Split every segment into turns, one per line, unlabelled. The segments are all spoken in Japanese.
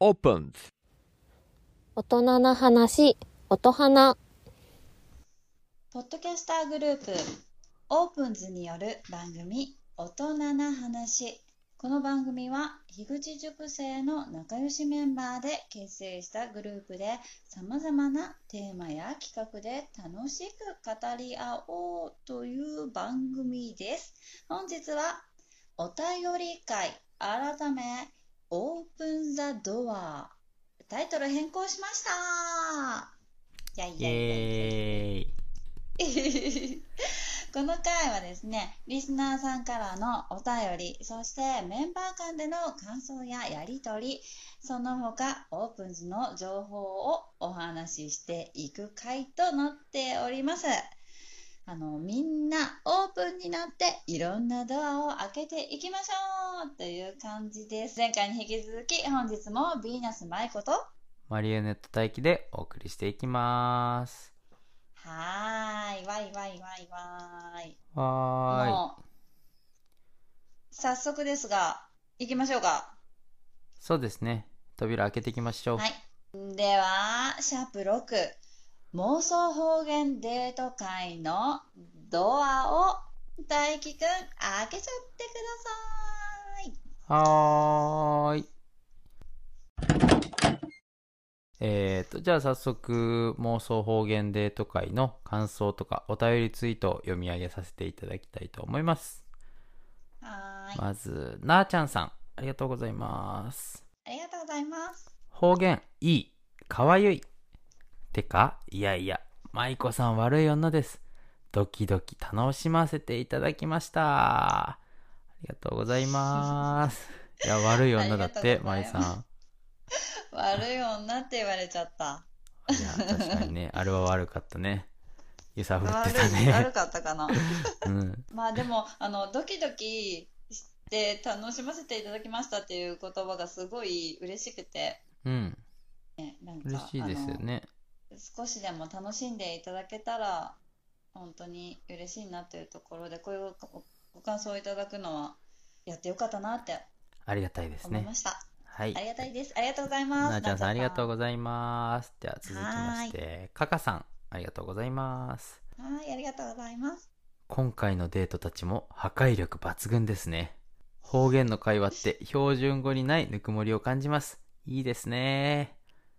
opened,
大人な話、音花。
ポッドキャスターグループオープンズによる番組大人な話この番組は樋口塾生の仲良しメンバーで結成したグループでさまざまなテーマや企画で楽しく語り合おうという番組です本日はお便り会改めオープンザドアタイトル変更しましたイェイイ
イエ
ェイイェイイェイ
ーイ
この回はですねリスナーさんからのお便りそしてメンバー間での感想ややり取りその他オープンズの情報をお話ししていく回となっておりますあのみんなオープンになっていろんなドアを開けていきましょうという感じです前回に引き続き本日もヴィーナス舞子と
マリオネット待機でお送りしていきます
はーいわいわいわいわーい
わ
もう早速ですが、行きましょうか。
ーいそうですね扉開けていきましょう
はいでは、シャープ6、妄想方言デート会のドアを大輝くん開けちゃってください。
はーい。えーと、じゃあ早速、妄想方言デート会の感想とかお便りツイートを読み上げさせていただきたいと思います。
はーい。
まず、なーちゃんさん、ありがとうございます。
ありがとうございます。
方言、いい、かわゆい。てか、いやいや、舞子さん悪い女です。ドキドキ楽しませていただきました。ありがとうございます。いや、悪い女だ っ
あり
て
が、とうござい
舞
ます
さん。
悪い女って言われちゃった。
いや、確かにね、あれは悪かったね。揺さぶって
悪
た
い、悪
ね。
かったかな。
うん。
まあでも、あの、ドキドキして楽しませていただきましたっていう言葉がすごい嬉しくて、
うん。
ね、なんか
嬉しいですよ
あの
ね。
少しでも楽しんでいただけたら本当に嬉しいなというところでこういうごご感想をいただくのはやってよかったなって
ありがたいです
思い
ね
ま。した、
はい
あ。りがたいですありがとうございます
なあちゃんさん、ありがとう
う
ございます。じゃあ、続きまして、かかさん、ありがとうございます。
はいありがとうございます
今回のデートたちも破壊力抜群ですね。方言の会話って標準語にないぬくもりを感じます。いいですね。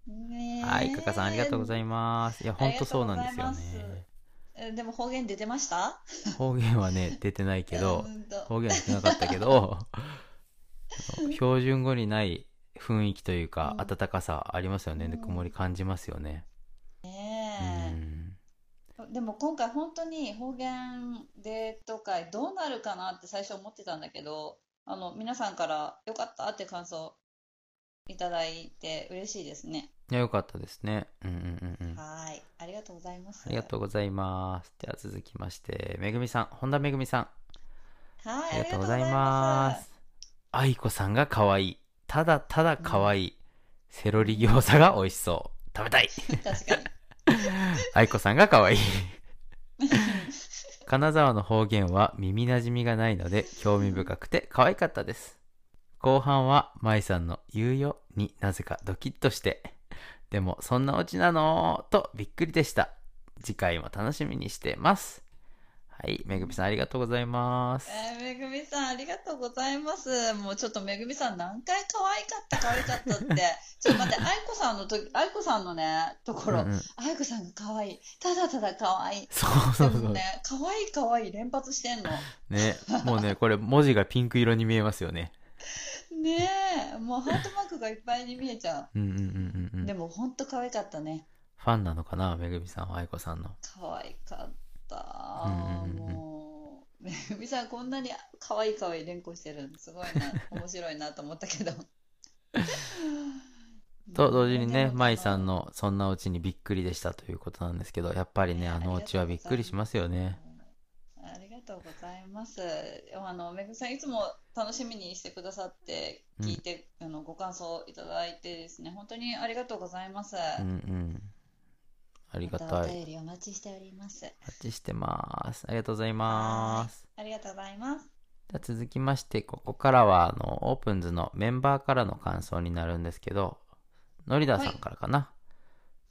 ねえ
はい、かかさんありがとうございます。いや、ほんとそうなんですよ
ありがとうござい
ね。
えでも方言出てました
方言はね、 出てないけど
う、んと
方言は少なかったけど 標準語にない雰囲気というか、
うん
温かさありますよね
うん
ぬくもり感じますよね、う
ね
ん
えでも今回本当に方言デート会どうなるかなって最初思ってたんだけどあの皆さんからよかったって感想いただいて嬉しいですね
いやよかったですねうんうんうんうんあ
はい、ありがとうございます。
りがとうございますでは続きましてめぐみさん本田めぐみさん
はい、
ありがとうございます愛子さんが可愛いただただ可愛い、セロリ餃子が美味しそう食べ たい
ありがとうございます。確か
愛子さんが可愛い金沢の方言は耳なじみがないので興味深くて可愛かったです後半は舞さんの「言うよ」になぜかドキッとしてでもそんなオチなのとびっくりでした次回も楽しみにしてますはいめぐみさんありがとうございます
に。 えーめぐみさん、ありがとうございます。もうちょっとめぐみさん、何回可愛かった、可愛かったって。 ちょっと待って、愛子さんのとき、愛子さんのね、ところ
うんう、ん
愛子さんが可愛い。ただただ可愛い。
そう
で
そうそ
もね
うね、
可愛い可愛い連発してんの。
もうねこれ文字がピンク色に見えますよね
ねえ、もうハートマークがいっぱいに見えちゃ
うんうんうんうんう
う。
ん
でも本当可愛かったね。
ファンなのかなめぐみさんは愛子さんの
可愛かった、
うんうんうんうん
もうめぐみさんこんなに可愛い可愛い連呼してるのすごいな面白いなと思ったけど
と同時にね、舞さん
の
のそんなうちにびっくりでしたということなんですけど、やっぱりね、あのうちはびっくりしますよね。
ありがとうございますあのめぐみさんいつも楽しみにしてくださって聞いて、あのご感想いただいてですね本当にありがとうございます、
うんうん。あ
あ
りがた
お
い。
便りお待ちしております
お待ちしてます。ありがとうございます。
ありがとうございます
じゃあ続きまして、ここからは、あの、オープンズのメンバーからの感想になるんですけど、のりださんからかな、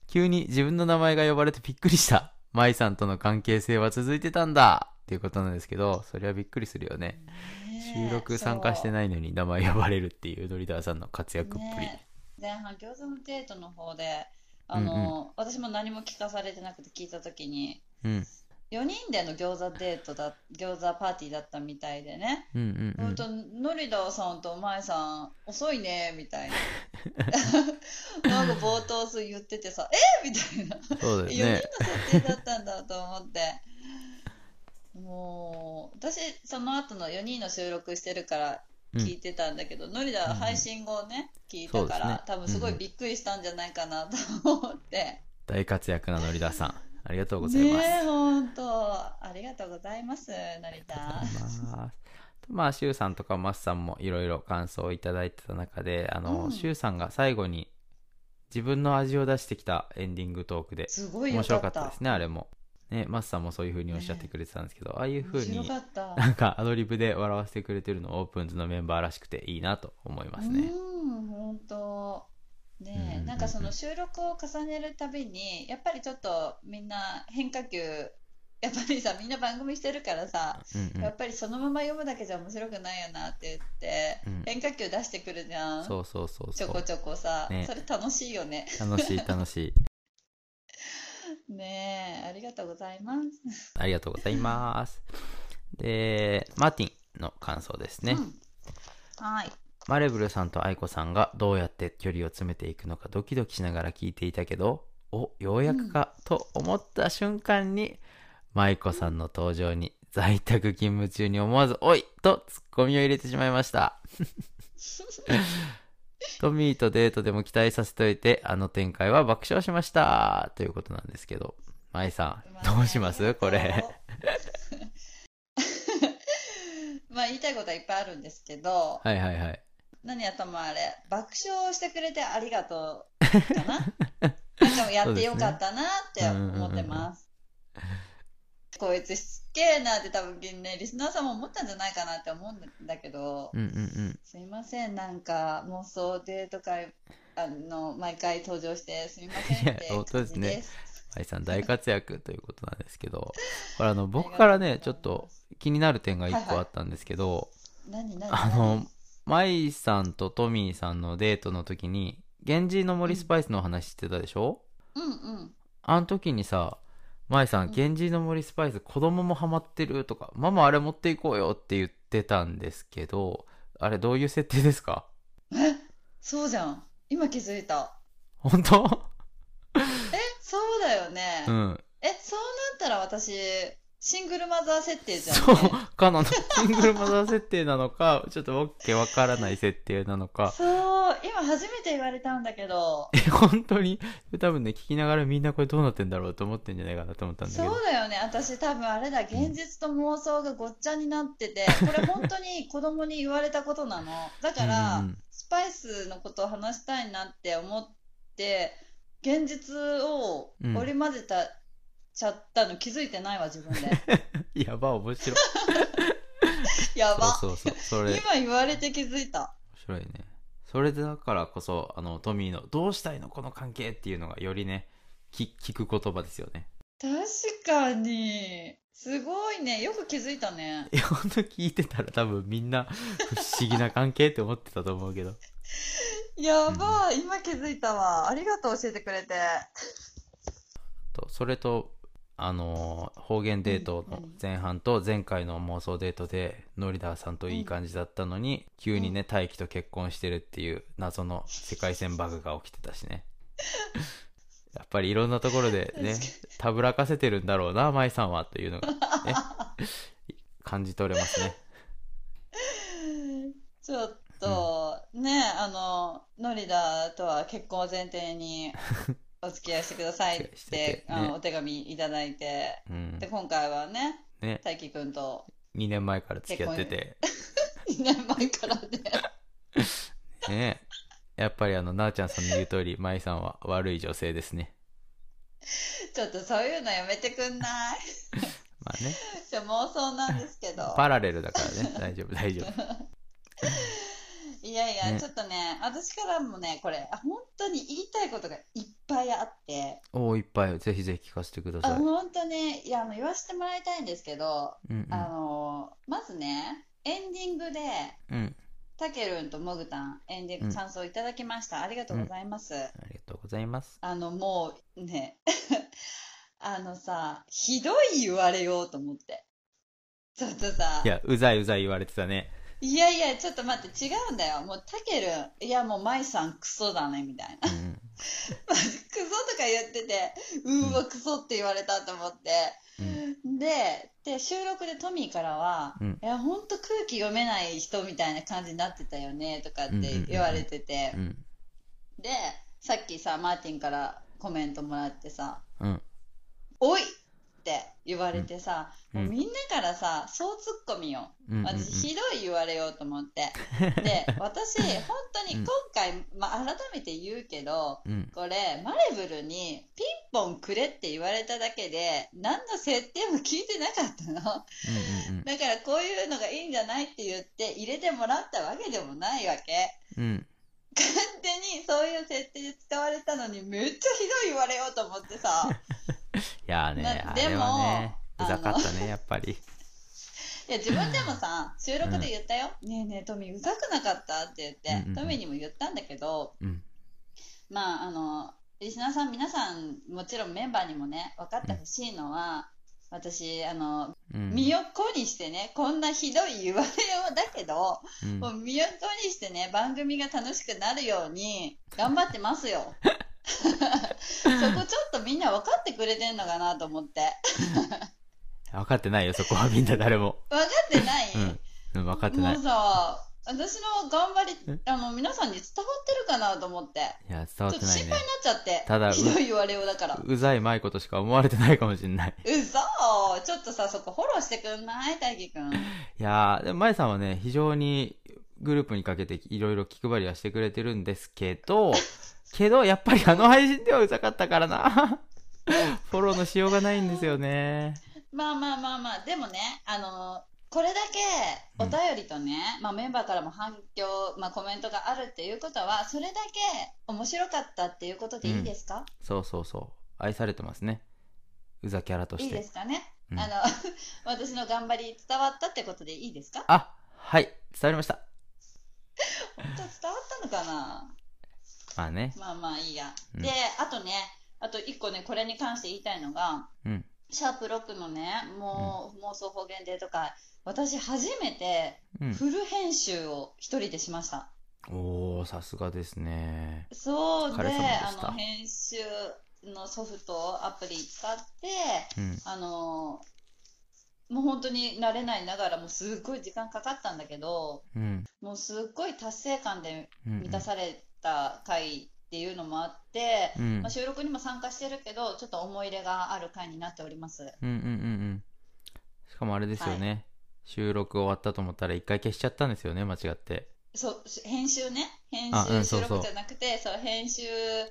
急に自分の名前が呼ばれてびっくり した。舞さんとの関係性は続いてたんだっていうことなんですけど、それはびっくりするよね。収録参加して
い
ないのに名前呼ばれるっていうのりださんの活躍っぷり。
ねえ前半餃子のデートの方であの、私も何も聞かされてなくて聞いた時に
うん。
4人での餃子デートだ餃子パーティーだったみたいでね、
うんうん
本
うん。
当ノリダさんとマイさん遅いねみたい な なんか冒頭そう言っててさえみたいな
そうだ
4
よ
人の
ね。
設定だったんだと思ってもう私その後の4人の収録してるから
うん
聞いてたんだけど、ノリダは配信後ね、聞いたから、
そうですね
多分すごいびっくりしたんじゃないかなと思って、
大活躍なのりださん。ありがとうござい
ね
ます。
えほんとありがとうございますノリダ
まあ、まあ、シュウさんとかマスさんもいろいろ感想をいただいてた中で、あの、
うん
シュウさんが最後に自分の味を出してきたエンディングトークです
ごい
面
よか
白
っ
か
た
ったですね、あれも。ね、マスさんもそういう風におっしゃってくれてたんですけど、ああいう風
面白
に
かった
なんかアドリブで笑わせてくれてるのオープンズのメンバーらしくていいなと思いますね。
うん、本当。
うんうん
ね
う
え、
ん
なんかその収録を重ねるたびに、やっぱりちょっとみんな変化球、やっぱりさ、みんな番組してるからさ、
うんう
や
ん
っぱりそのまま読むだけじゃ面白くないよなって言って
うん、
変化球出してくるじゃん。
そうそうそう
ち
そ
ょこ
う。
ちょこさ、
ね
それ楽しいよね。
楽しい楽しい。
ねえ、ありがとうございます。
ありがとうございます。で、マーティンの感想ですね。
うん はい。
マレブルさんと愛子さんがどうやって距離を詰めていくのかドキドキしながら聞いていたけど、お、ようやくか、と思った瞬間に、舞子さんの登場に在宅勤務中に思わず、おいとツッコミを入れてしまいました。トミーとデートでも期待させておいて、あの展開は爆笑しました。ということなんですけど、舞さん、どうしますこれ。。
まあ言いたいことはいっぱいあるんですけど、
はいはいはい。
何やったもあれ、爆笑してくれてありがとうか な。なんかもやってよかったなって思ってます。こいつしつけえなって多分ね、リスナーさんも思ったんじゃないかなって思うんだけど、
うんうんうん。
すいません、なんか妄想デート会、あの、毎回登場してすみませんって
いや本当ですね
感じです。
舞さん大活躍ということなんですけど、これあの、僕からね、ちょっと、気になる点が1個あったんですけど、
何何
あの、マイさんとトミーさんのデートの時に、源氏の森スパイスの話してたでしょ、
何うんうん。
あの時にさ、マイさん、
うん
源氏の森スパイス子供もハマってるとか、ママあれ持っていこうよって言ってたんですけど、あれどういう設定ですか
そうじゃん。今気づいた。
本当
え、そうだよね。
うん。
え、そうなったら私、シングルマザー設定じゃん、ね。
そう、かなの、シングルマザー設定なのか、ちょっとわけわからない設定なのか、
そう、今初めて言われたんだけど、
え本当に、多分ね、聞きながらみんなこれどうなってんだろうと思ってんじゃないかなと思ったんだけ
そ
ど。
うだよね、私多分あれだ、現実と妄想がごっちゃになって て、これ本当に子供に言われたことなの。だから、
うんうんうん
スパイスのことを話したいなって思って、現実を織り交ぜた、ちゃったの気づいてないわ、自分 で。
やば、面 白い。
やば。
そうそうそう。それ、面
今言われて気づいた。
白いね。それでだからこそ、あの、トミーの、どうしたいのこの関係っていうのが、よりね、き聞く言葉ですよね。
確かに。すごいね。よく気づいたね。
いや、ほんと聞いてたら多分みんな、不思議な関係って思ってたと思うけど。
やばい。今気づいたわ。ありがとう、教えてくれて。
とそれと、あのー方言デートの前半と前回の妄想デートで、ノリダーさんといい感じだったのに、急にね、大輝と結婚してるっていう謎の世界線バグが起きてたし ね。やっぱりいろんなところでね
確か、
たぶらかせてるんだろうな、舞さんは、とい うのが、ね、感じ取れますね。
ちょっと、ね、あの、ノリダとは結婚を前提に お付き合いしてくださいっ
お付き合いして
て、
て
あの
ね
お手紙いただいて、
うん
で、。今回はね、
ね、
大輝くんと
2年前から付き合ってて、
2年前から で、
ね、やっぱりあの、なーちゃんさんの言う通り、舞さんは悪い女性ですね。
ちょっとそういうのやめてくんない
まあね。
ちょ妄想なんですけど。
パラレルだからね。大丈夫、大丈夫。
いいやいや、
ね
ちょっとね、私からもね、これ、あ本当に言いたいことがいっぱいあって、
おーいっぱいぜひぜひ聞かせてくだ
あ
さい。
本当ね、いやあの言わせてもらいたいんですけど、
うん
あのまずね、エンディングで、
うん。うん。
たけるんともぐたん、エンディン
うん
グ感想いただきました。ありがとうございます。
ありがとうございます。
あの、もうね、 あのさ、ひどい言われようと思って。ちょっとさ
い、や、うざいうざい言われてたね。
いやいや、ちょっと待って、違うんだよ。もう、たけるん、いや、もう、まいさん、クソだね、みたいな。
うんうん。
クソとか言ってて、うーわ、クソって言われたと思って。
うん
で、で、収録でトミーからは、
うん
いや、ほんと空気読めない人みたいな感じになってたよね、とかっ
うんうんうんう
て
ん
言われてて。
うん。
で、さっきさ、マーティンからコメントもらってさ、
うん。
おいって言われてさ、
うん
もうみんなからさ、そうツッコミよ。
うん。
私ひどい言われようと思っ て。で、私、本当に今回、まあ、改めて言うけど、
うん。うん。
これ、マレブルにピンポンくれって言われただけで、何の設定も聞いてなかったの。
うん
だからこういうのがいいんじゃないって言って入れてもらったわけでもないわけ。
うん。うん。
勝手にそういう設定で使われたのにめっちゃひどい言われようと思って さ。
いやーね、
な
あ
で
れ
も
はね、う
あの
ざかったね、やっぱり。
いや自分でもさ、収録で言ったよ。ねえねえ、トミー、うざくなかったって言っ
うんうんう
て、ト
ん
ミーにも言ったんだけど、
うん。
まあ、あの、リスナーさん、皆さん、もちろんメンバーにもね、分かってほしいのは、私、あの、
うん。
身を粉にしてね、こんなひどい言われようだけど、
うん
もう身を粉にしてね、番組が楽しくなるよう に、頑張ってますよ。そこちょっとみんな分かってくれてんのかなと思 って。
分かってないよ、そこはみんな誰も。
分かってない、
うん。うん分かってない。
も
いう
さ、私の頑張り、あの、皆さんに伝わってるかなと思って。
や、伝わ
ちょ
っ
ってと
ない
心配。
ね
になっちゃって。
ただ
ひどい言われようだから。
うざいまいことしか思われてないかもしれない。
うそーちょっとさ、そこフォローしてくんない大輝くん。
いやー、でも、まえさんはね、非常にグループにかけていろいろ気配りはしてくれてるんですけ ど、けど、やっぱりあの配信ではうざかったからな。 フォローのしようがないんですよね。
まあまあまあまあ、でもね、あのこれだけお便りとね、まあメンバーからも反響、まあコメントがあるっていうことは、それだけ面白かったっていうことでいいですか、
そうそうそう。愛されてますね。うざキャラと
い
し
いで
て。
すかね、
うん
あの、 私の頑張り伝わったってことでいいですか
あ、はい。伝わりました。
本当伝わったのかな
まあね。
まあまあいいや。
うん
で、あとね、あと一個ね、これに関して言いたいのが、
うん。
シャープ6のね、もう、妄想方言でとか、私初めて
うん。
フル編集を一人でしました。
おー、さすがですね。
そう
彼
で、
様で
あ
した
の、編集のソフト、アプリ使って、
うん。
あの、もう本当に慣れないながら、もうすっごい時間かかったんだけど、
うん。
もうすっごい達成感で
うん
満たされた回っていうのもあって、
うん
まあ、収録にも参加してるけど、ちょっと思い入れがある回になっております。
うんうんうんうん。しかもあれですよね。収録終わったと思ったら一回消しちゃったんですよね、間違って。
そう、し編集ね。編
あうん
集
そう
収
そう
録じゃなくて、そう、編集、あ、やっと終わっ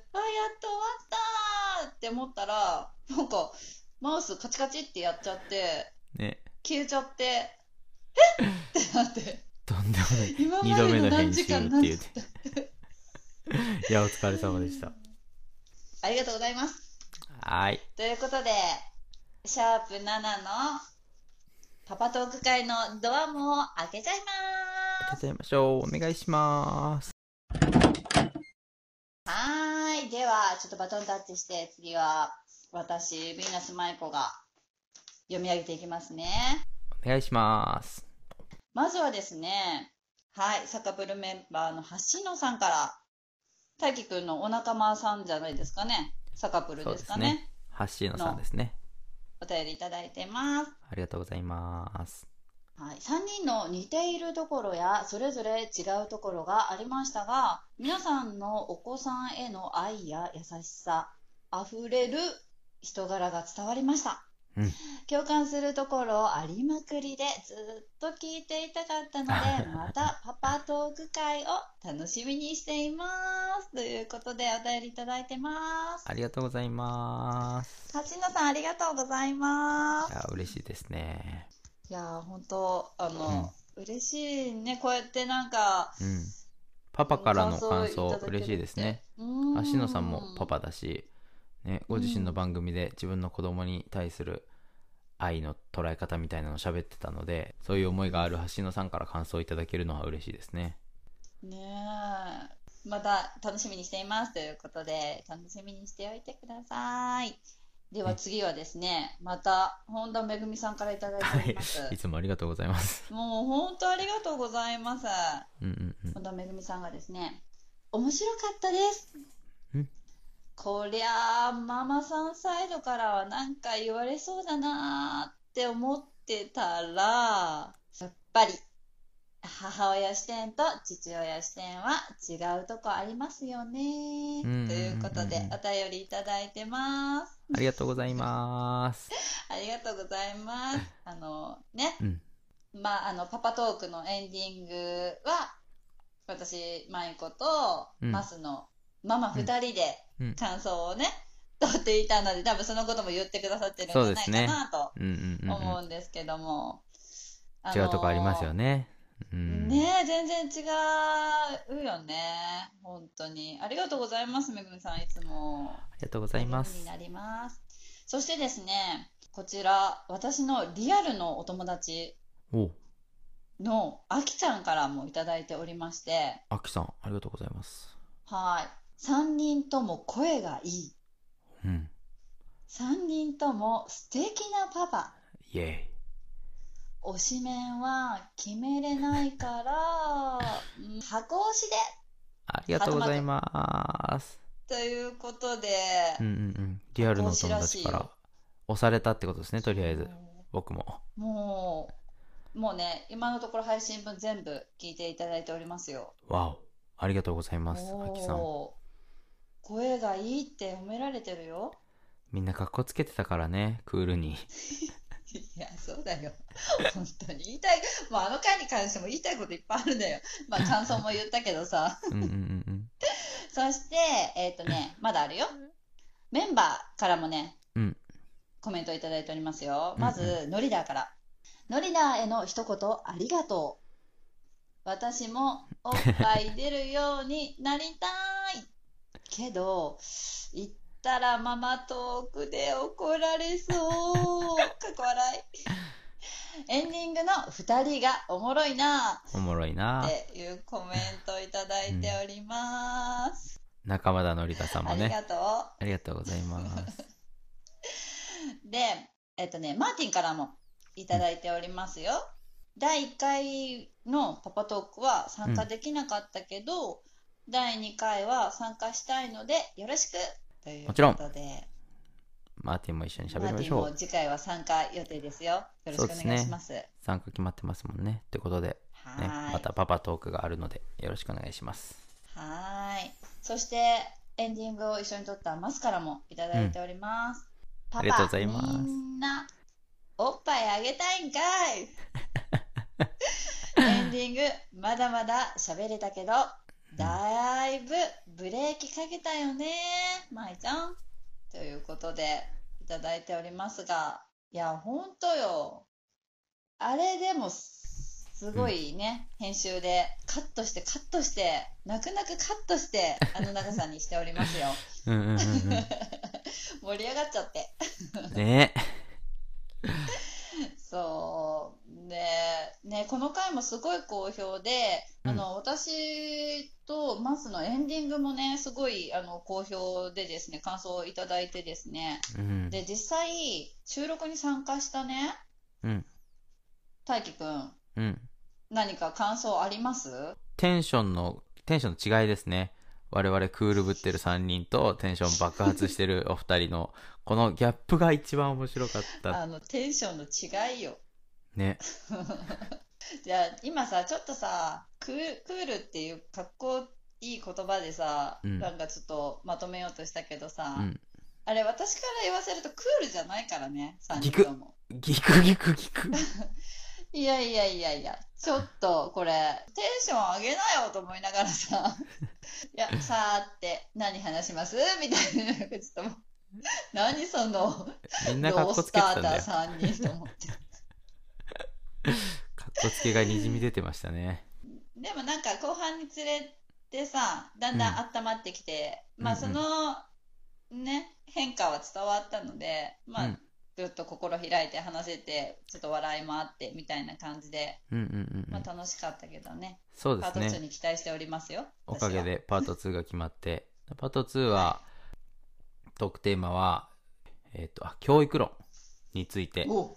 たーって思ったら、なんか、マウスカチカチってやっちゃって、
ね。
消えちゃって、えっってなって、
とんで もない。
今
二
ま
度
で
目
の
の
何
編集
時
って
間
言
何
っ
時
て。いや、お疲れ様でした。
ありがとうございます。
はーい。
ということで、シャープ7のパパトーク会のドアも開けちゃいまーす。
始めましょう。お願いします。
はーい。では、ちょっとバトンタッチして、次は私、ヴィーナス舞子が読み上げていきますね。
お願いします。
まずはですね、はい、サカプルメンバーの橋野さんから、大輝くんのお仲間さんじゃないですかね。サカプルですかね。
そうでハッシーノさんですね。
お便りいただいてます。
ありがとうございます。
はい、3人の似ているところやそれぞれ違うところがありましたが皆さんのお子さんへの愛や優しさあふれる人柄が伝わりました、
うん
共感するところありまくりでずっと聞いていたかったの でまたパパトーク会を楽しみにしていますということでお便りいただいてます
ありがとうございます。
橋野さんありがとうございます
いや、嬉しいですね。
いやー、本当、あの、嬉しいね、こうやってなんか、
うん。パパからの感想
感想
嬉しいですね。
うーん
芦野さんもパパだし、ね、ご自身の番組で自分の子供に対する愛の捉え方みたいなのを喋ってたのでそういう思いがある橋野さんから感想をいただけるのは嬉しいですね
ねえまた楽しみにしていますということで楽しみにしておいてくださいでは次はですねまた本田めぐみさんからいただいて
は
おり
い
ます、
いつもありがとうございます
もう本当ありがとうございます
うんうんうん
本田めぐみさんがですね面白かったです
うん
こりゃあママさんサイドからはなんか言われそうだなーって思ってたらやっぱり母親視点と父親視点は違うとこありますよねー
うんうんうんうん
ということでお便りいただいてます
ありがとうございます
ありがとうございますあのね
うん
まあ、あの、パパトークのエンディングは、私、まゆこと、
うん
マスのママ二人で
うん
感想をね、取っていたので、多分そのことも言ってくださってるんじゃないかなと
うんうんうん
思
う
うんですけども。あ
ん違
のー
うとこありますよ。ねうん
ねえ全然違うよね。本当に。ありがとうございます、めぐみさん、いつも。
ありがとうございま
励み
す
になります。そしてですね、こちら、私のリアルのお友達
お
のあきちゃんからもいただいておりまして、
あきさんありがとうございます
はい。3人とも声がいい。
うん
3人とも素敵なパパ。
イエ
推しメンは決めれないから、うん箱押し
ーイありがとうございます
でということで、
うんうんうんリアルのお友達
面
か
白い
ら
よ
押されたってことですねとりあえず僕も
もう、もうね、今のところ配信分全部聞いていただいておりますよ。
わおありがとうございますあきさん
おー声がいいって褒められてるよ。
みんな格好つけてたからねクー ルに
いや、そうだよ。本当に言いたい、もうあの回に関しても言いたいこといっぱいあるんだよ。まあ感想も言ったけどさ。
うんうんうん
そして、えっ、とね、まだあるよ。メンバーからもね、
うん
コメントいただいておりますよ。
うん
まず、ノリダーから。ノリダーへの一言、ありがとう。私もおっぱい出るようになりたい。けど、行ったらママトークで怒られそう。かっこ笑い。エンディングの2人がおもろいな
おもろいな
っていうコメントいただいております。
仲間だのりたさんも
あり
ね
がと
ありがとうございます
う。で、えっとね、マーティンからもいただいておりますよ。第1回のパパトークは参加できなかったけど、第2回は参加したいのでよろしくという
もちろん
ことで、
マーティンも一緒に
マ
喋り
ー
ま
ティ
し
ン
ょ
も
う
次回は参加予定ですよ。よろしくお願いします。
参加決まってますもんねってことで
は
ね
ーい。
またパパトークがあるのでよろしくお願いします
はーい。そして、エンディングを一緒に撮ったマスからもいただいております。パ
ありがとうございます
パみんな、おっぱいあげたいんか いエンディング、まだまだ喋れたけど、だいぶブレーキかけたよね、まいちゃん。ということで、いただいておりますが、いや、ほんとよ。あれでもす、すごいね、編集で、カットして、カットして、泣く泣くカットして、あの長さにしており ますよ。
うんうんうんうん
盛り上がっちゃって。
ね
そう。ねね、この回もすごい好評で、あの、私とマスのエンディングもね、すごい、あの、好評でですね、感想をいただいてですね。
うん
で、実際、収録に参加したね、
うん
大輝くん、
うん
何か感想あります
テンションのテンションの違いですね我々クールぶってる3人とテンション爆発してるお二人のこのギャップが一番面白かった
あの、テンションの違いよ。
ね
じゃあ、今さ、ちょっとさ、クークールっていう格好いい言葉でさ、
うん
なんかちょっとまとめようとしたけどさ、
うん
あれ私から言わせるとクールじゃないからね、3
ギク
人とも。
ギクギクギク
いやいやいやいや、ちょっとこれ、テンション上げなよと思いながら さ、いや、さーって、何話しますみたいな、なんかちょっともう、何その、
みんなかっ
ロー
こ
ス
つけ
タ
てた
ー
ん
タ
だ
ー
よ
3人と思って。
かっこつけがにじみ出てましたね
でもなんか後半につれでさだんだ
うん
ん温まってきて、まあ
うん
そ
うん
のね変化は伝わったのでまあ、
うん
ぐっと心開いて話せてちょっと笑いもあってみたいな感じで、
うんうんうんう
ま
ん
あ、楽しかったけどね、
そうで
パー
す
ト2
ね
に期待しておりますよ
おかげ
私は
でパート2が決まってパート2はトークテーマはえっ、とあ教育論について
お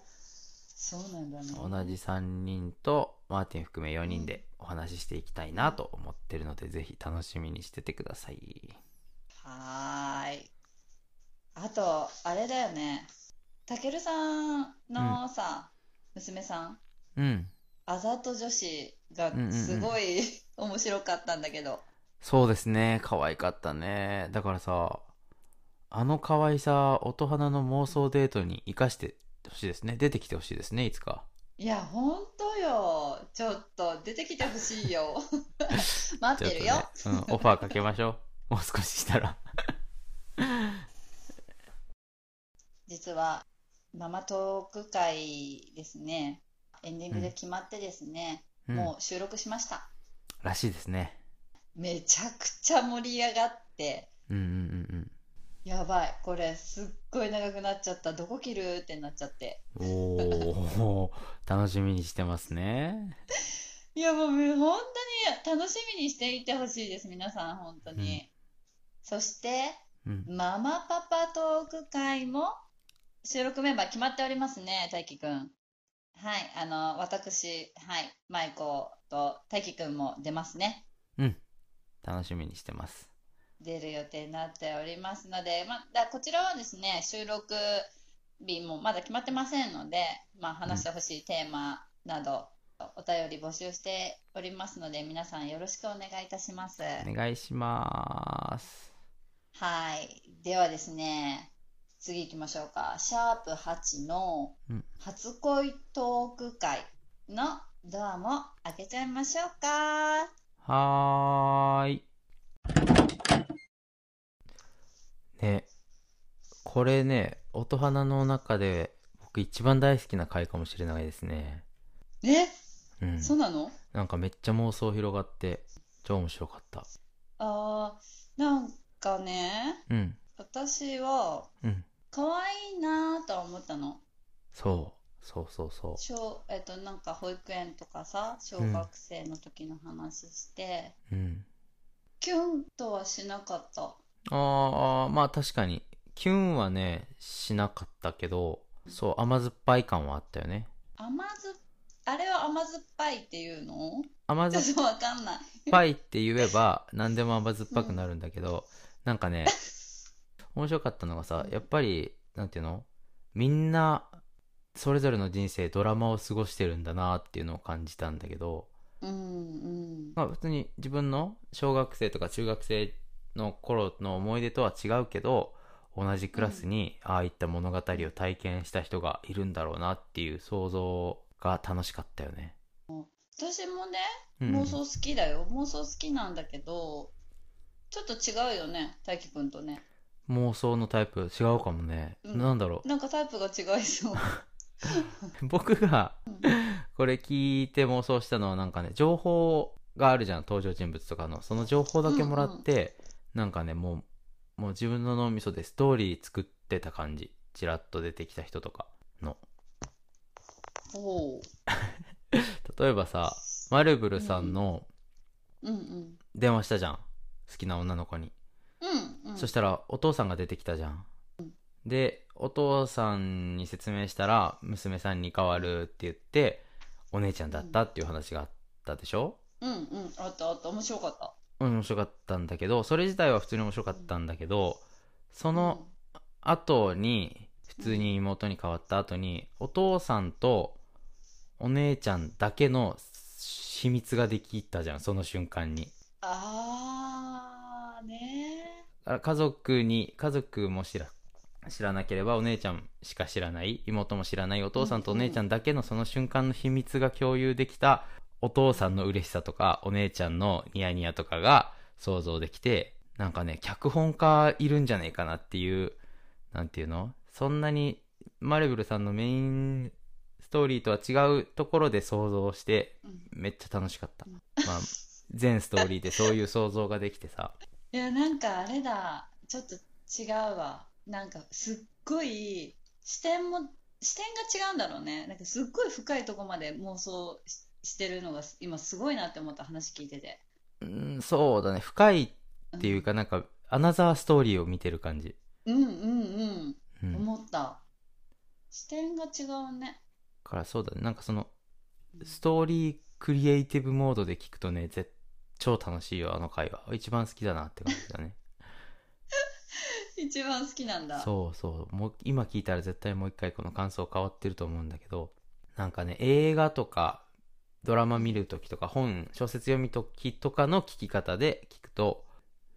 そうなんだね
同じ3人とマーティン含め4人でお話ししていきたいなと思ってるのでぜひ楽しみにしててください
はーい。あと、あれだよね。たけるさんのさ、娘さん、
うん
あざと女子が
うんうんうん
すごい 面白かったんだけど。
そうですね可愛かったねだからさあの可愛さ音花の妄想デートに生かしてほしいですね出てきてほしいですねいつか
いや、ほんとよ。ちょっと出てきてほしいよ。 待ってるよ。
ちょっとねうん、オファーかけましょうもう少ししたら
実は、ママトーク会ですね。エンディングで決まってですね、
う ん
もう収録しました。
らしいですね
めちゃくちゃ盛り上がって、
うんうんうん
やばい、これすっごい長くなっちゃった。どこ切るってなっちゃって。
うんおお楽しみにしてますね
いやもうめ本当に楽しみにしていてほしいです、皆さん、本当に。
うん
そして、
うん
ママパパトーク会も収録メンバー決まっておりますね、大輝くん。はい、あの、私、はい、舞子と大輝くんも出ますね。
楽しみにしてます
出る予定になっておりますので、まだこちらはですね、収録日もまだ決まってませんので、まあ、話してほしいテーマなど、お便り募集しておりますので、皆さんよろしくお願いいたします。
お願いします
はい。ではですね、次行きましょうか。シャープ8の
うん
初恋トーク会のドアも開けちゃいましょうか。
はーいねこれね音花の中で僕一番大好きな回かもしれないですね
え、
うん
そうなの
なんかめっちゃ妄想広がって超面白かった
あー、なんかね、
うん
私は
うん
可愛いなぁとは思ったの。
そうそうそうそう
小、えっと、なんか保育園とかさ、小
うん
学生の時の話して、
うん
キュンとはしなかった。
ああまあ確かにキュンはねしなかったけどそう甘酸っぱい感はあったよね
甘酸っ、あれは甘酸っぱいっていうの
甘
ちょ
酸っ
っとわかんない。
ぱいって言え ば何でも甘酸っぱくなるんだけど、なんかね面白かったのがさやっぱりなんていうのみんなそれぞれの人生ドラマを過ごしてるんだなっていうのを感じたんだけど、
うん
まあ、普通に自分の小学生とか中学生の頃の思い出とは違うけど同じクラスにああいった物語を体験した人がいるんだろうなっていう想像が楽しかったよね。
私もね、
うん
妄想好きだよ。妄想好きなんだけど、ちょっと違うよね、大輝くんとね。
妄想のタイプ違うかもね、
うん
なんだろ
なんかタイプが違いそう。
う 僕が
うん
これ聞いて妄想したのはなんかね情報があるじゃん登場人物とかのその情報だけもらって、なんかねもうもう自分の脳みそでストーリー作ってた感じちらっと出てきた人とかの
ほう。
例えばさマルブルさんの
うんうん。
電話したじゃん好きな女の子に、
うんうん。
そしたらお父さんが出てきたじゃん、でお父さんに説明したら娘さんに代わるって言ってお姉ちゃんだったっていう話があったでしょ、
うんうん。あったあった。面白かった。
うん、面白かったんだけどそれ自体は普通に面白かったんだけどそ
こ
の、後に普通に妹に変わった後にお父さんとお姉ちゃんだけの秘密ができたじゃんその瞬間に
あー、ね
あ家族に家族も知ら知らなければお姉ちゃんしか知らない妹も知らないお父さんとお姉ちゃんだけのその瞬間の秘密が共有できたお父さんの嬉しさとかお姉ちゃんのニヤニヤとかが想像できてなんかね脚本家いるんじゃないかなっていうなんていうのそんなにマルブルさんのメインストーリーとは違うところで想像して
うん
めっちゃ楽しかった、
うん
まあ全ストーリーでそういう想像ができてさ
いやなんかあれだちょっと違うわなんかすっごい視点も視点が違うんだろうねなんかすっごい深いとこまで妄想ししてるのが今すごいなって思った話聞いてて
うんそうだね深いっていうかなんかアナザーストーリーを見てる感じ、
うんうん
う
うん
ん、だ
思った視点が違うね
からそうだねなんかそのストーリークリエイティブモードで聞くとね絶超楽しいよあの回は一番好きだなって感じだね
一番好きなんだ
そうそうもう今聞いたら絶対もう一回この感想変わってると思うんだけどなんかね映画とかドラマ見る時とか本小説読み時とかの聞き方で聞くと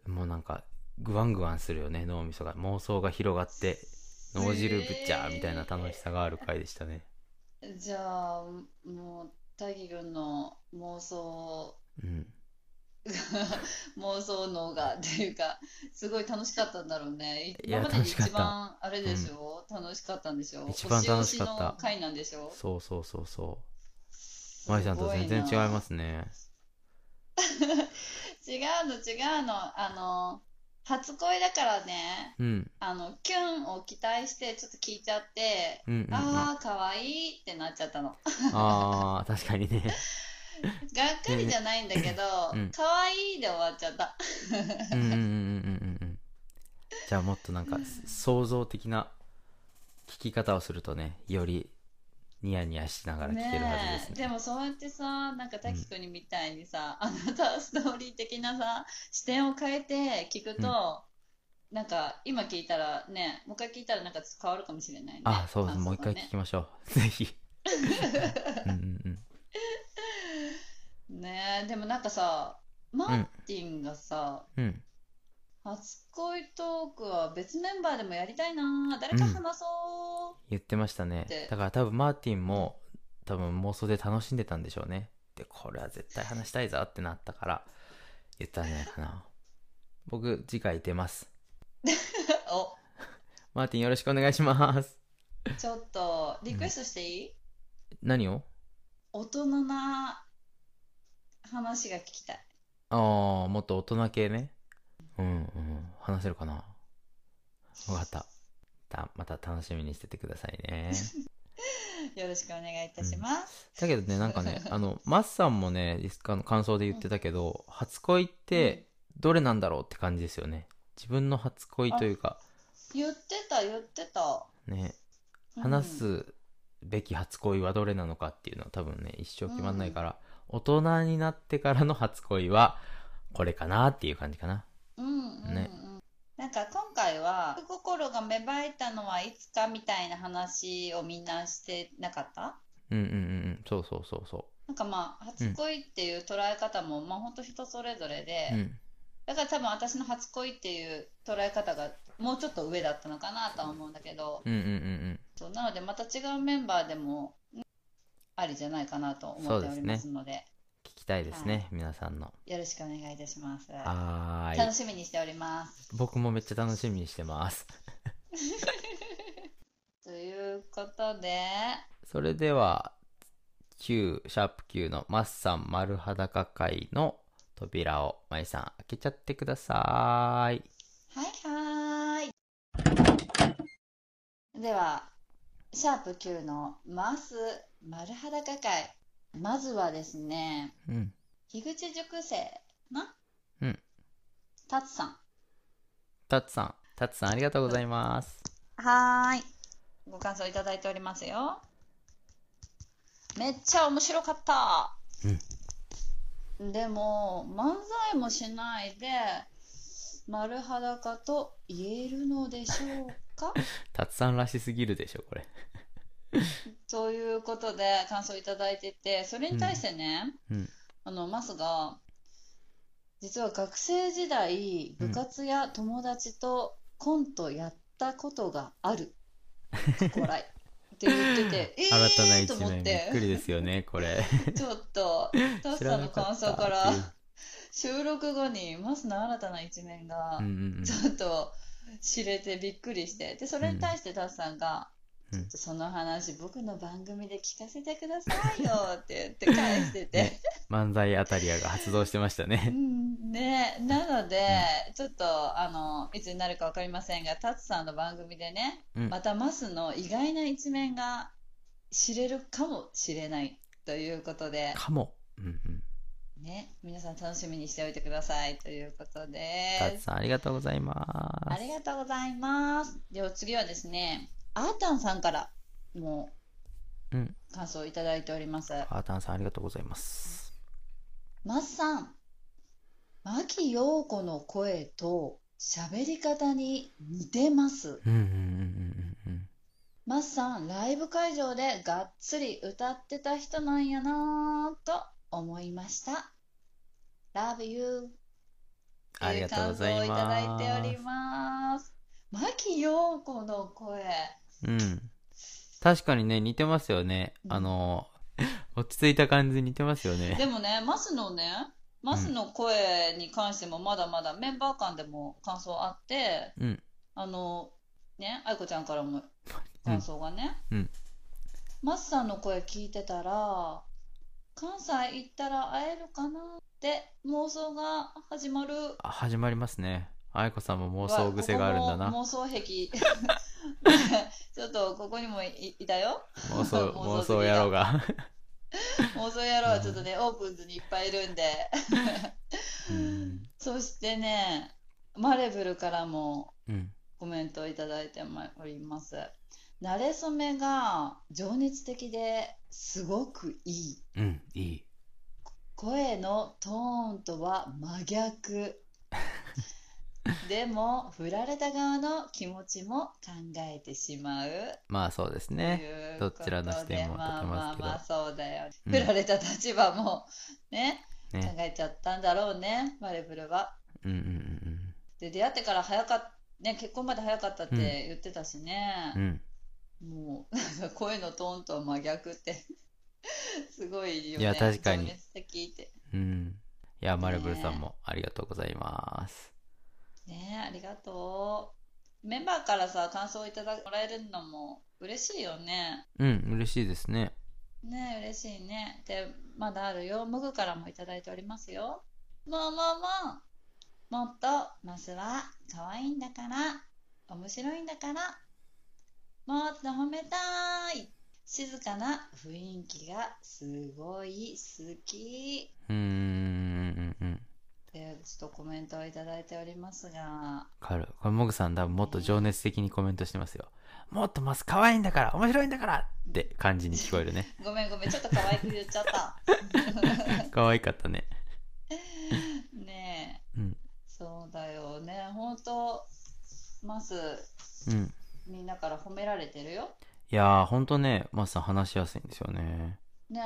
もうなんかグワングワンするよね脳みそが妄想が広がって脳汁ぶっちゃーみたいな楽しさがある回でしたね
じゃあもう大義君の妄想
うん
妄想能がっていうかすごい楽しかったんだろうね
いや
今までで
楽しかった
一番あれでしょ、楽しかったんでしょ
一番楽しかった
お仕押の回なんでしょ
そうそうそうそう
すご
マ
い
リさんと全然違いますすね。
違うの違うのあの初恋だからね
うん。
あのキュンを期待してちょっと聞いちゃって、
うんうん、うん。あ
ああ可愛いってなっちゃったの
あー、確かにね。
がっかりじゃないんだけど、
うん
可愛いで終わっちゃった。
うんうんうんうんうんうん。じゃあもっとなんか想像的な聞き方をするとね、よりニヤニヤしながら聞けるはずですね。
でもそうやってさ、なんか滝くんみたいにさ、あなたストーリー的なさ、視点を変えて聞くと、なんか今聞いたらね、もう一回聞いたらなんか変わるかもしれないね。
あ、そうです。
感
も
想
う
が
一回
ね
聞きましょう。ぜひ。 うんうんうん。
ねえでもなんかさ、マーティンがさ、
うん。
初恋トークは別メンバーでもやりたいな、誰か話そう。
言ってましたね
で。
だから多分マーティンも多分妄想で楽しんでたんでしょうね。で、これは絶対話したいぞってなったから言ったんじゃないかな。僕、次回出ます。 マーティンよろしくお願いします。
お、ちょっとリクエストしていい、
何を
大人な話が聞きたい。
ああ、もっと大人系ね。うんうん。話せるかなわかった。た、また楽しみにしててくださいね。
よろしくお願いいたします。
だけどね、なんかね、あの、マスさんもね、リスカの感想で言ってたけど、初恋ってどれなんだろうって感じですよね。自分の初恋というか、
言ってた、言ってた。
ね、
うん
話すべき初恋はどれなのかっていうのは多分ね、一生決まんないから、大人になってからの初恋はこれかなっていう感じかな。
うんうんうん。
ね
なんか今回は心が芽生えたのはいつかみたいな話をみんなしてなかった
うんうんうんうん、そうそうそうそ
なんかまあ初恋っていう捉え方も、まあ本当人それぞれで、
う。うん。
だから多分私の初恋っていう捉え方がもうちょっと上だったのかなとは思うんだけど、
うんうんうんうん。
そうなのでまた違うメンバーでもうんありじゃないかなと思っておりますので
聞きたいです
は
ね、皆さんの。
よろしくお願いいたします、
はー
楽
い。
しみにしております
僕もめっちゃ楽しみにしてます。
ということで
それでは、Q、シャープ Q のマッサン丸裸会の扉を、まいさん開けちゃってください。
はいはーいではシャープ Q のマス丸裸会まずはですね
うん。
樋口塾生な
うん
タツさん
タツさん、タツさんありがとうございます。
はーい。ご感想いただいておりますよ。めっちゃ面白かった。でも、漫才もしないで、丸裸と言えるのでしょうか
タツさんらしすぎるでしょ、これ。
ということで、感想いただいてて、それに対してね、
うん。
あの、マスが、実は学生時代、部活や友達とコントやったことがある。かっこ笑い。って言ってて、え
新たな
ーと
一
思っ
面び
て
っく。りですよね、これ。
ちょっ と、タッ
知
さ
ら
んの
なか
感
った
想
って
か
いう
ら、収録後にマスの新たな一面が
うん、うん
ちょっと知れてびっくりして、で、それに対してタッさんが、
うん
ちょっとその話、僕の番組で聞かせてくださいよって言って返して
うん
て、
漫才アタリアが発動してました
う
ね。
んね、なので、ちょっとあのいつになるか分かりませんが、タツさんの番組でね、
うん
またマスの意外な一面が知れるかもしれないということで、
かも。うんうん。
ね、皆さん楽しみにしておいてくださいということで
タツ
す。
さんありがとうございます。
ありがとうございます。では次はですね、あーたんさんからもう
うん
感想をいただいております。
あーたんさんありがとうございます。
マスさん、牧陽子の声と喋り方に似てます。
うんうんうんうんうん
マスさん、ライブ会場でがっつり歌ってた人なんやなぁと思いました。Love you
ありがとうございます
という感想をいただいております。牧陽子の声。
うん。うん。確かにね、似てますよね。
うん
あの、 落ち着いた感じ似てますよ
で
ね。
もね、マスのね、マスの声に関してもまだまだメンバー間でも感想あって、
うん。
あの、ね、愛子ちゃんから も感想がね、
うん
マスさんの声聞いてたら、関西行ったら会えるかなって妄想が始まる。
あ始まりますね。愛子さんも妄想癖があるんだ
ここ
な。
も妄想癖。 ねちょっとここにもいいたよ。
妄想、
妄想
妄想野郎が。
妄想野郎はちょっとね、オープンズにいっぱいいるんで。
うん。
そしてね、マレブルからも
うん。
コメントをいただいております。慣れ初めが情熱的ですごくいい。
うん。いい。
声のトーンとは真 逆。でも、振られた側の気持ちも考えてしまう。
まあそうです
と
ね。
いう
ど
こ
ちらの視点も
とでまあ
立てますけど
まあまあ、そうだよ。
うん
振られた立場もね、考
ね。
えちゃったんだろうね、マレブルは。
うんうんうん
で出会ってから早かった、ね、結婚まで早かったって
うん
言ってたし
うん。う
ね、
ん。
もう なんか声のトーンとは真逆って すごいよね
いや確かに
情熱的って
うん。いや、マルブルさんもありがとうございます。
ねありがとうメンバーからさ感想をいただもらえるのも嬉しいよね
うん、嬉しいですね。
ね嬉しいねでまだあるよムグからもいただいておりますよもうもうもうもっとマスは可愛いんだから面白いんだからもっと褒めたい静かな雰囲気がすごい好き
うーん、うん、うん。
でちょっとコメントをいただいておりますが
わかる。これ、モグさん多分もっと情熱的にコメントしてますよ。もっとマス可愛いんだから面白いんだからって感じに聞こえ るね。
ごめんごめんちょっと可愛く言っちゃった
可愛かったね。
ねえ
うん。
そうだよね本当まず
うん。
みんなから褒められてるよ
いやー、ほんとね、マスさん話しやすいんですよね。
ね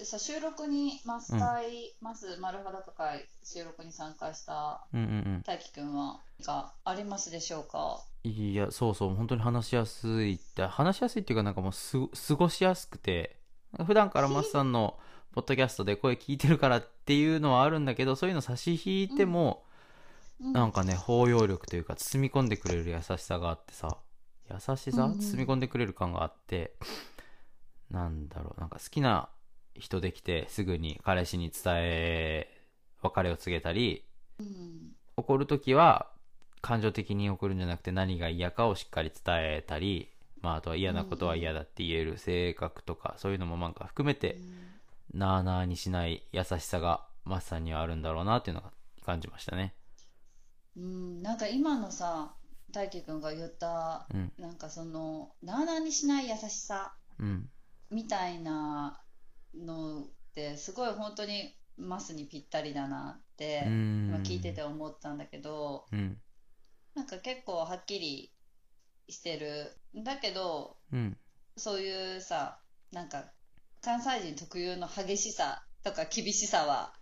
えさ収録にマスタイ、マス丸裸会収録に参加した
うんうん
大輝くんはがありますでしょうか
うん。いや、そうそう、本当に話しやすいって、話しやすいっていうかなんかもうす、過ごしやすくて、普段からマスさんのポッドキャストで声聞いてるからっていうのはあるんだけど、そういうの差し引いても、
うん
なんかね、包容力というか、包み込んでくれる優しさがあってさ、優しさ、
うんうん
包み込んでくれる感があって、なんだろう、なんか好きな人できて、すぐに彼氏に伝え、別れを告げたり、
うん
怒るときは、感情的に怒るんじゃなくて、何が嫌かをしっかり伝えたり、まあ、あとは嫌なことは嫌だって言える性格とか、そういうのもなんか含めて、なあなあにしない優しさが、マスさんにはあるんだろうなっていうのが感じましたね。
うん、なんか今のさ大輝くんが言った
うん、
なんかそのなあなあにしない優しさ
うん、
みたいなのってすごい本当にマスにぴったりだなって
うん
今聞いてて思ったんだけど
うん。
なんか結構はっきりしてるだけど
うん。
そういうさなんか関西人特有の激しさとか厳しさは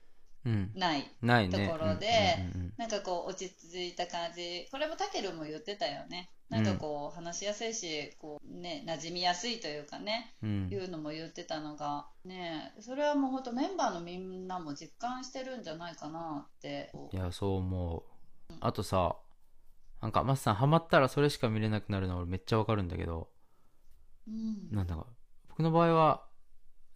うん。
ない
ないね。
ところで
うんうん
なんかこう落ち着いた感じこれもたけるも言ってたよねなんかこう話しやすいしこうね馴染みやすいというかね
うんうん
いうのも言ってたのがねえそれはもうほんとメンバーのみんなも実感してるんじゃないかなって
いや、そう思う。あとさ、なんか、マスさん、ハマったらそれしか見れなくなるのは俺めっちゃわかるんだけど、
うん
なんだか、僕の場合は、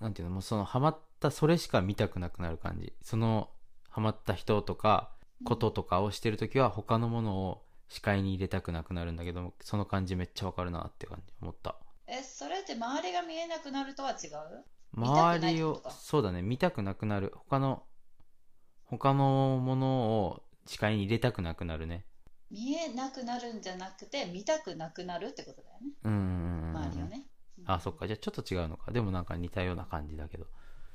なんていうの、もうその、ハマったそれしか見たくなくなる感じそのハマった人とかこととかをしてる時は他のものを視界に入れたくなくなるんだけどその感じめっちゃわかるなって感じ思った
えそれって周りが見えなくなるとは違う
周
見たくな
り
いってこ
を
とか
そうだね見たくなくなる他の他のものを視界に入れたくなくなるね
見えなくなるんじゃなくて見たくなくなるってことだよね
うんうんうんうん
周りをね、うん
あそっかじゃあちょっと違うのかでもなんか似たような感じだけど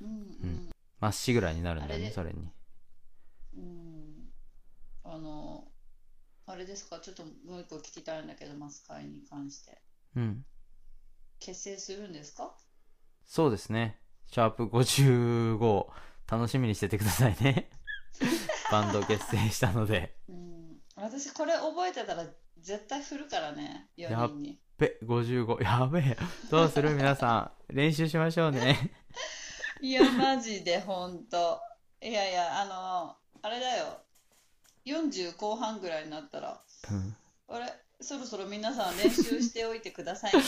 うん
まっしぐらいになるんだ
あ
よ
れ
ね
で
それに
うんうんあのあれですかちょっともう一個聞きたいんだけどマスカイに関して
うん
結成するんですか
そうですねシャープ55楽しみにしててください ねバンド結成したので
うん私これ覚えてたら絶対振るからね4人に
ぺ55やべえどうする皆さん練習しましょうね
いやマジでほんといやいやあのあれだよ40後半ぐらいになったら
うん
あれそろそろ皆さん練習しておいてくださいね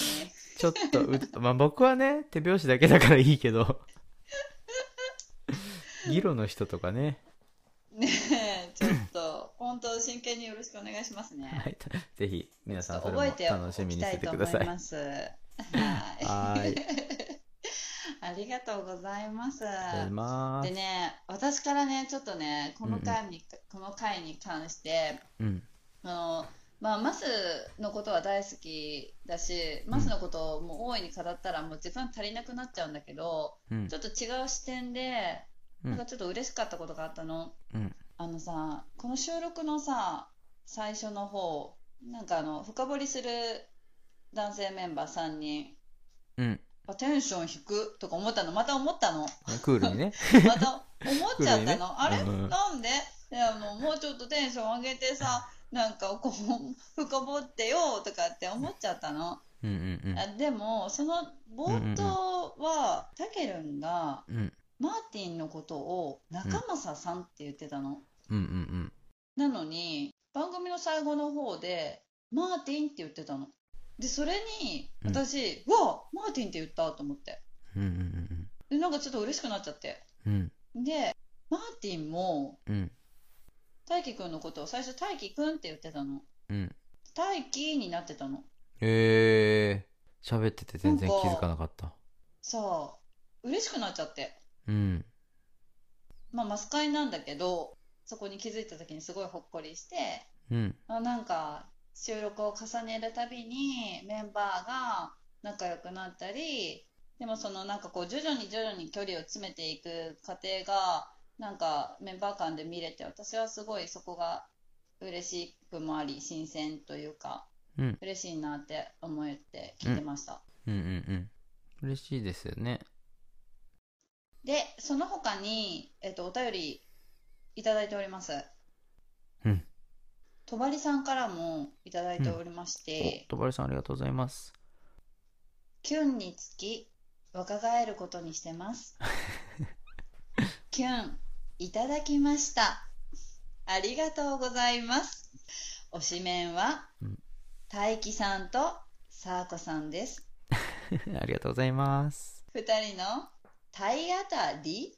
ちょっとうっと、まあ、僕はね、手拍子だけだからいいけど、議論の人とかね、
ねえちょっと本当真剣によろしくお願いしますね
はい、ぜひ皆
ち
さ
ょっ
ん
と
それも
覚えてお
楽しみ
き
に
た
して
い
て
と
く
思
ださ
い
い。
ます。は。
はいーい、ありがとう
ありがとうございます。
ございま。
ですね、私からね、ちょっとね、この回に、この回に関して、
うん、
あの、まあ、マスのことは大好きだし、マスのことをもう大いに語ったらもう時間足りなくなっちゃうんだけど、
うん
ち、ょっと違う視点で、
うん
なんかちょっと嬉しかったことがあったの。
うん、
あのさ、この収録のさ、最初の方、なんかあの、深掘りする男性メンバー3人、
うん、
あテンション低くとか思ったの、また思ったの、ま
クールにね。
た思っち ゃったの、
古いね
あれ、
うんうん
なんでいやもうもうちょっとテンション上げてさ、なんかこう、 深掘ってよとかって思っちゃったの。
うん、うん、
あでも、その冒頭は、たけるんが、
うん、うん、
マーティンのことを中正さんって言ってたの。
うん、うん、
なのに番組の最後の方で「マーティン」って言ってたの。でそれに
うん
私「うわあマーティンって言った」と思って
うん、うん、うん、
でなんかちょっと嬉しくなっちゃって
うん、
でマーティンも
うん、
大輝くんのことを最初「大輝くん」って言ってたの
うん。
「大輝」になってたの
えー、喋ってて全然気づかなかった。
さあ嬉しくなっちゃって
うん、
まあマスカイなんだけどそこに気づいた時にすごいほっこりして
うん、
あなんか収録を重ねるたびにメンバーが仲良くなったりでもそのなんかこう徐々に徐々に距離を詰めていく過程がなんかメンバー間で見れて私はすごいそこが嬉しくもあり新鮮というか
うん、
嬉しいなって思って聞いてました、
うん、うん、うん。嬉しいですよね。
でその他に、えっと、お便りいただいております
うん
とばりさんからもいただいておりまして、
お、とばりさんありがとうございます。
キュンにつき若返ることにしてます キュンいただきましたありがとうございます推しメンは
うん
大輝さんとサーコさんです
ありがとうございます。
二人の体当たり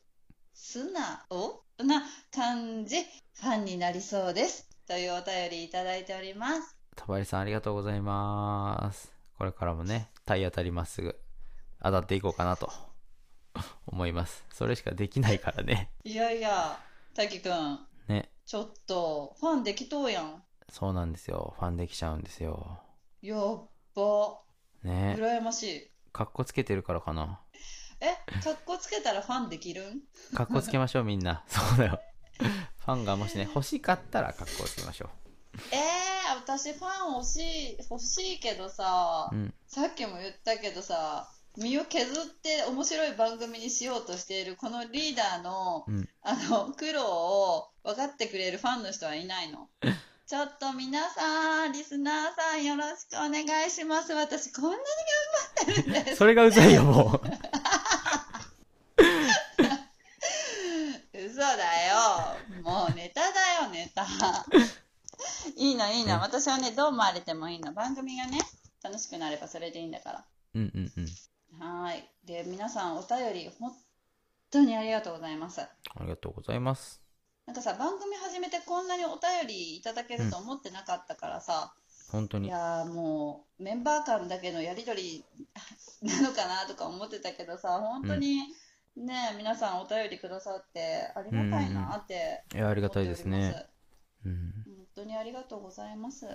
素直な感じファンになりそうですというお便りいただいております
たばりさんありがとうございます。これからもね、体当たりまっすぐ当たっていこうかなと思います。それしかできないからね。
いやいや大輝くん
ね、
ちょっとファンできとうやん
そうなんですよ。ファンできちゃうんですよ。
やっば、
ね、
羨ましい。
かっこつけてるからかな。
え、かっこつけたらファンできるん
かっこつけましょうみんな。 そうだよ。ファンがもしね、欲しかったらかっこつけましょ
えー、私ファン欲しい、欲しいけどさ
う。う、ん。
さっきも言ったけどさ、身を削って面白い番組にしようとしているこのリーダーの、
うん
あの、苦労を分かってくれるファンの人はいない の。ちょっと皆さん、リスナーさんよろしくお願いします。私こんなに頑張ってるんです。
それがうざいよ、もう。
嘘だよもうネタだよネタいいのいいの
うん
私はねどう思われてもいいの番組がね楽しくなればそれでいいんだから
うんうんうん。
はーいで皆さんお便り本当にありがとうございます。
ありがとうございます。
なんかさ、番組始めてこんなにお便りいただけると思ってなかったからさ、
本当
い
に。
やーもうメンバー間だけのやり取りなのかなとか思ってたけどさ、本当にね、皆さんお便りくださってありがたいなって
いや、あり
思
が
ってお
たい
り
で
ますす。
ね。うん。
本当にありがとうございます。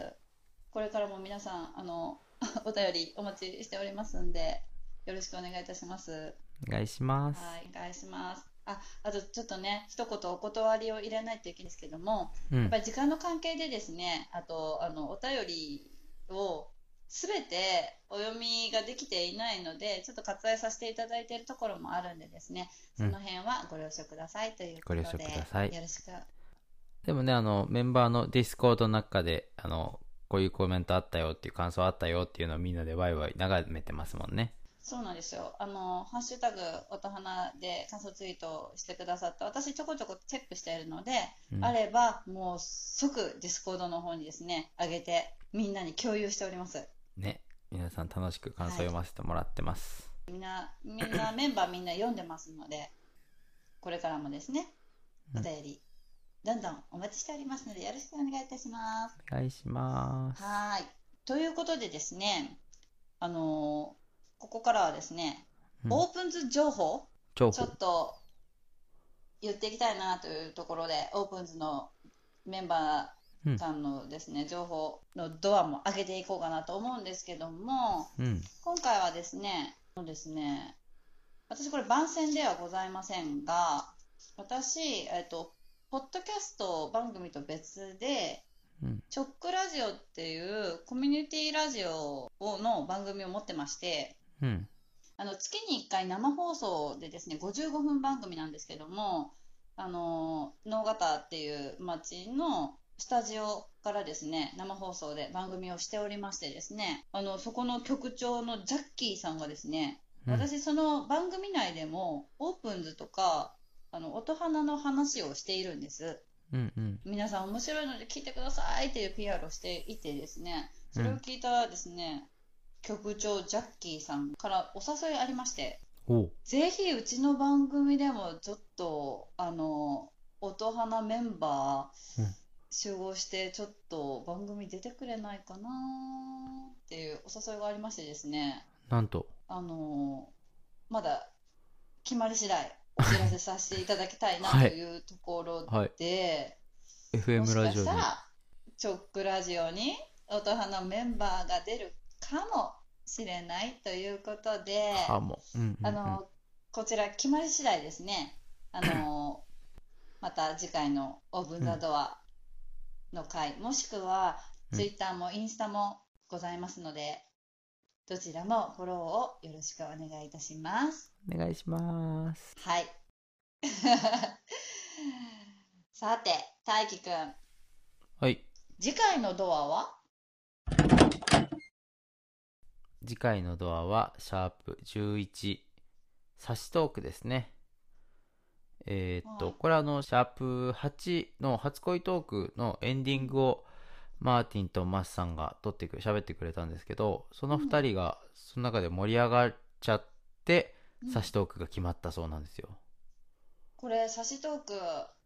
これからも皆さん、あの、 お便りお待ちしておりますんで、よろしくお願いいたします。
お願いします。
はい、お願いします。あ、あとちょっとね、一言お断りを入れないといけないんですけども、
う
やっ
ん
ぱ。り時間の関係でですね、あと、あの、お便りをすべてお読みができていないので、ちょっと割愛させていただいているところもあるんでですね、その辺はご了承くださいということで、
ご了承ください
よろしく。
でもね、あの、メンバーのディスコードの中で、あの、こういうコメントあったよっていう感想あったよっていうのをみんなでワイワイ眺めてますもんね。
そうなんですよ。あの、ハッシュタグ、音花で感想ツイートをしてくださった、私ちょこちょこチェックしているので、
うん
あれば、もう即ディスコードの方にですね、上げて、みんなに共有しております。
ね。皆さん楽しく感想読ませてもらってます。
みんな、みんな、メンバーみんな読んでますので、これからもですね、
うん
お便り、どんどんお待ちしておりますので、よろしくお願いいたします。
お願いします。
はーい。ということでですね、あのーここからはですね、
うん
オープンズ情報、
情
ちょ
報。
っと言っていきたいなというところで、オープンズのメンバー間のですね、情報のドアも上げていこうかなと思うんですけども、
うん。
今回はですね、そうですね、私これ番宣ではございませんが、私、えっと、ポッドキャスト番組と別で、
うん。
チョックラジオっていうコミュニティラジオの番組を持ってまして、
うん。
あの月に1回生放送でですね、55分番組なんですけども、あの能形っていう町のスタジオからですね、生放送で番組をしておりましてですね、あのそこの局長のジャッキーさんがですね、
うん
私その番組内でもオープンズとか、あの音花の話をしているんです。
うん。うん。
皆さん面白いので聞いてくださいっていう PR をしていてですね、それを聞いたですね、局長ジャッキーさんからお誘いありまして、
おう。
ぜひうちの番組でもちょっと、あの、音花メンバー
うん
集合して、ちょっと番組出てくれないかなっていうお誘いがありましてですね、
なんと。
あの、まだ決まり次第お知らせさせていただきたいな
はい
というところ
はい。
で、も
FM
しか
ラジオ
し
に
た。ら、チョックラジオに音花メンバーが出るかもしれないということで、
かも。うんうんうん
あの、こちら決まり次第ですね、あ の、また次回のオーブンザドアの回、もしくは
うん
ツイッターもインスタもございますので、どちらもフォローをよろしくお願いいたします。
お願いします。
はい。 さて、大輝くん。
はい。
次回のドアは
次回のドアは、シャープ11、サしトークですね。えーっ
は
と、
い
これはあの、シャープ8の初恋トークのエンディングを、マーティンとマスさんが撮ってく、喋ってくれたんですけど、その2人が、その中で盛り上がっちゃって、サしトークが決まったそうなんですよ。
これ、サシトーク、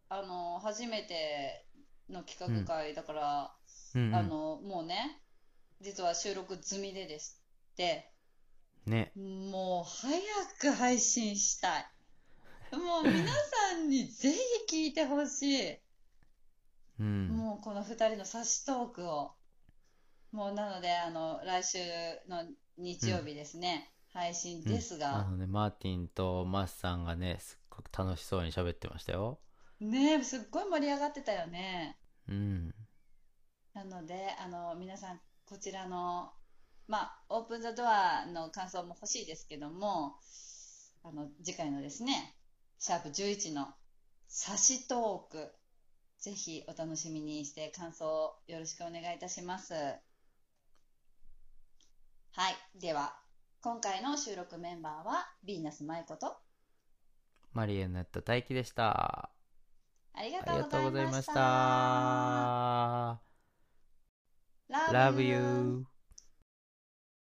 あの、初めての企画会だから、
うんうん
あの、もうね、実は収録済みでですって、
ね。
もう早く配信したい。もう皆さんにぜひ聞いてほしい。
うん。
もうこの二人のサシトークを。もうなので、あの、来週の日曜日ですね、配信です
あ
が、
のね、マーティンとマスさんがね、すっごく楽しそうに喋ってましたよ。
ねえ、すっごい盛り上がってたよね。
うん。
なので、あの、皆さん、こちらの、まあ、オープンザドアの感想も欲しいですけども、あの、次回のですね、シャープ11の差しトーク、ぜひお楽しみにして感想をよろしくお願いいたします。はい。では、今回の収録メンバーは、ヴィーナス舞子と、
マリエネット大輝でした。
ありが
あ
と
り
う
が
ご
とうござ
ざ
い
い
ま
ま
し
した。
た。
Love
Love
you.
you.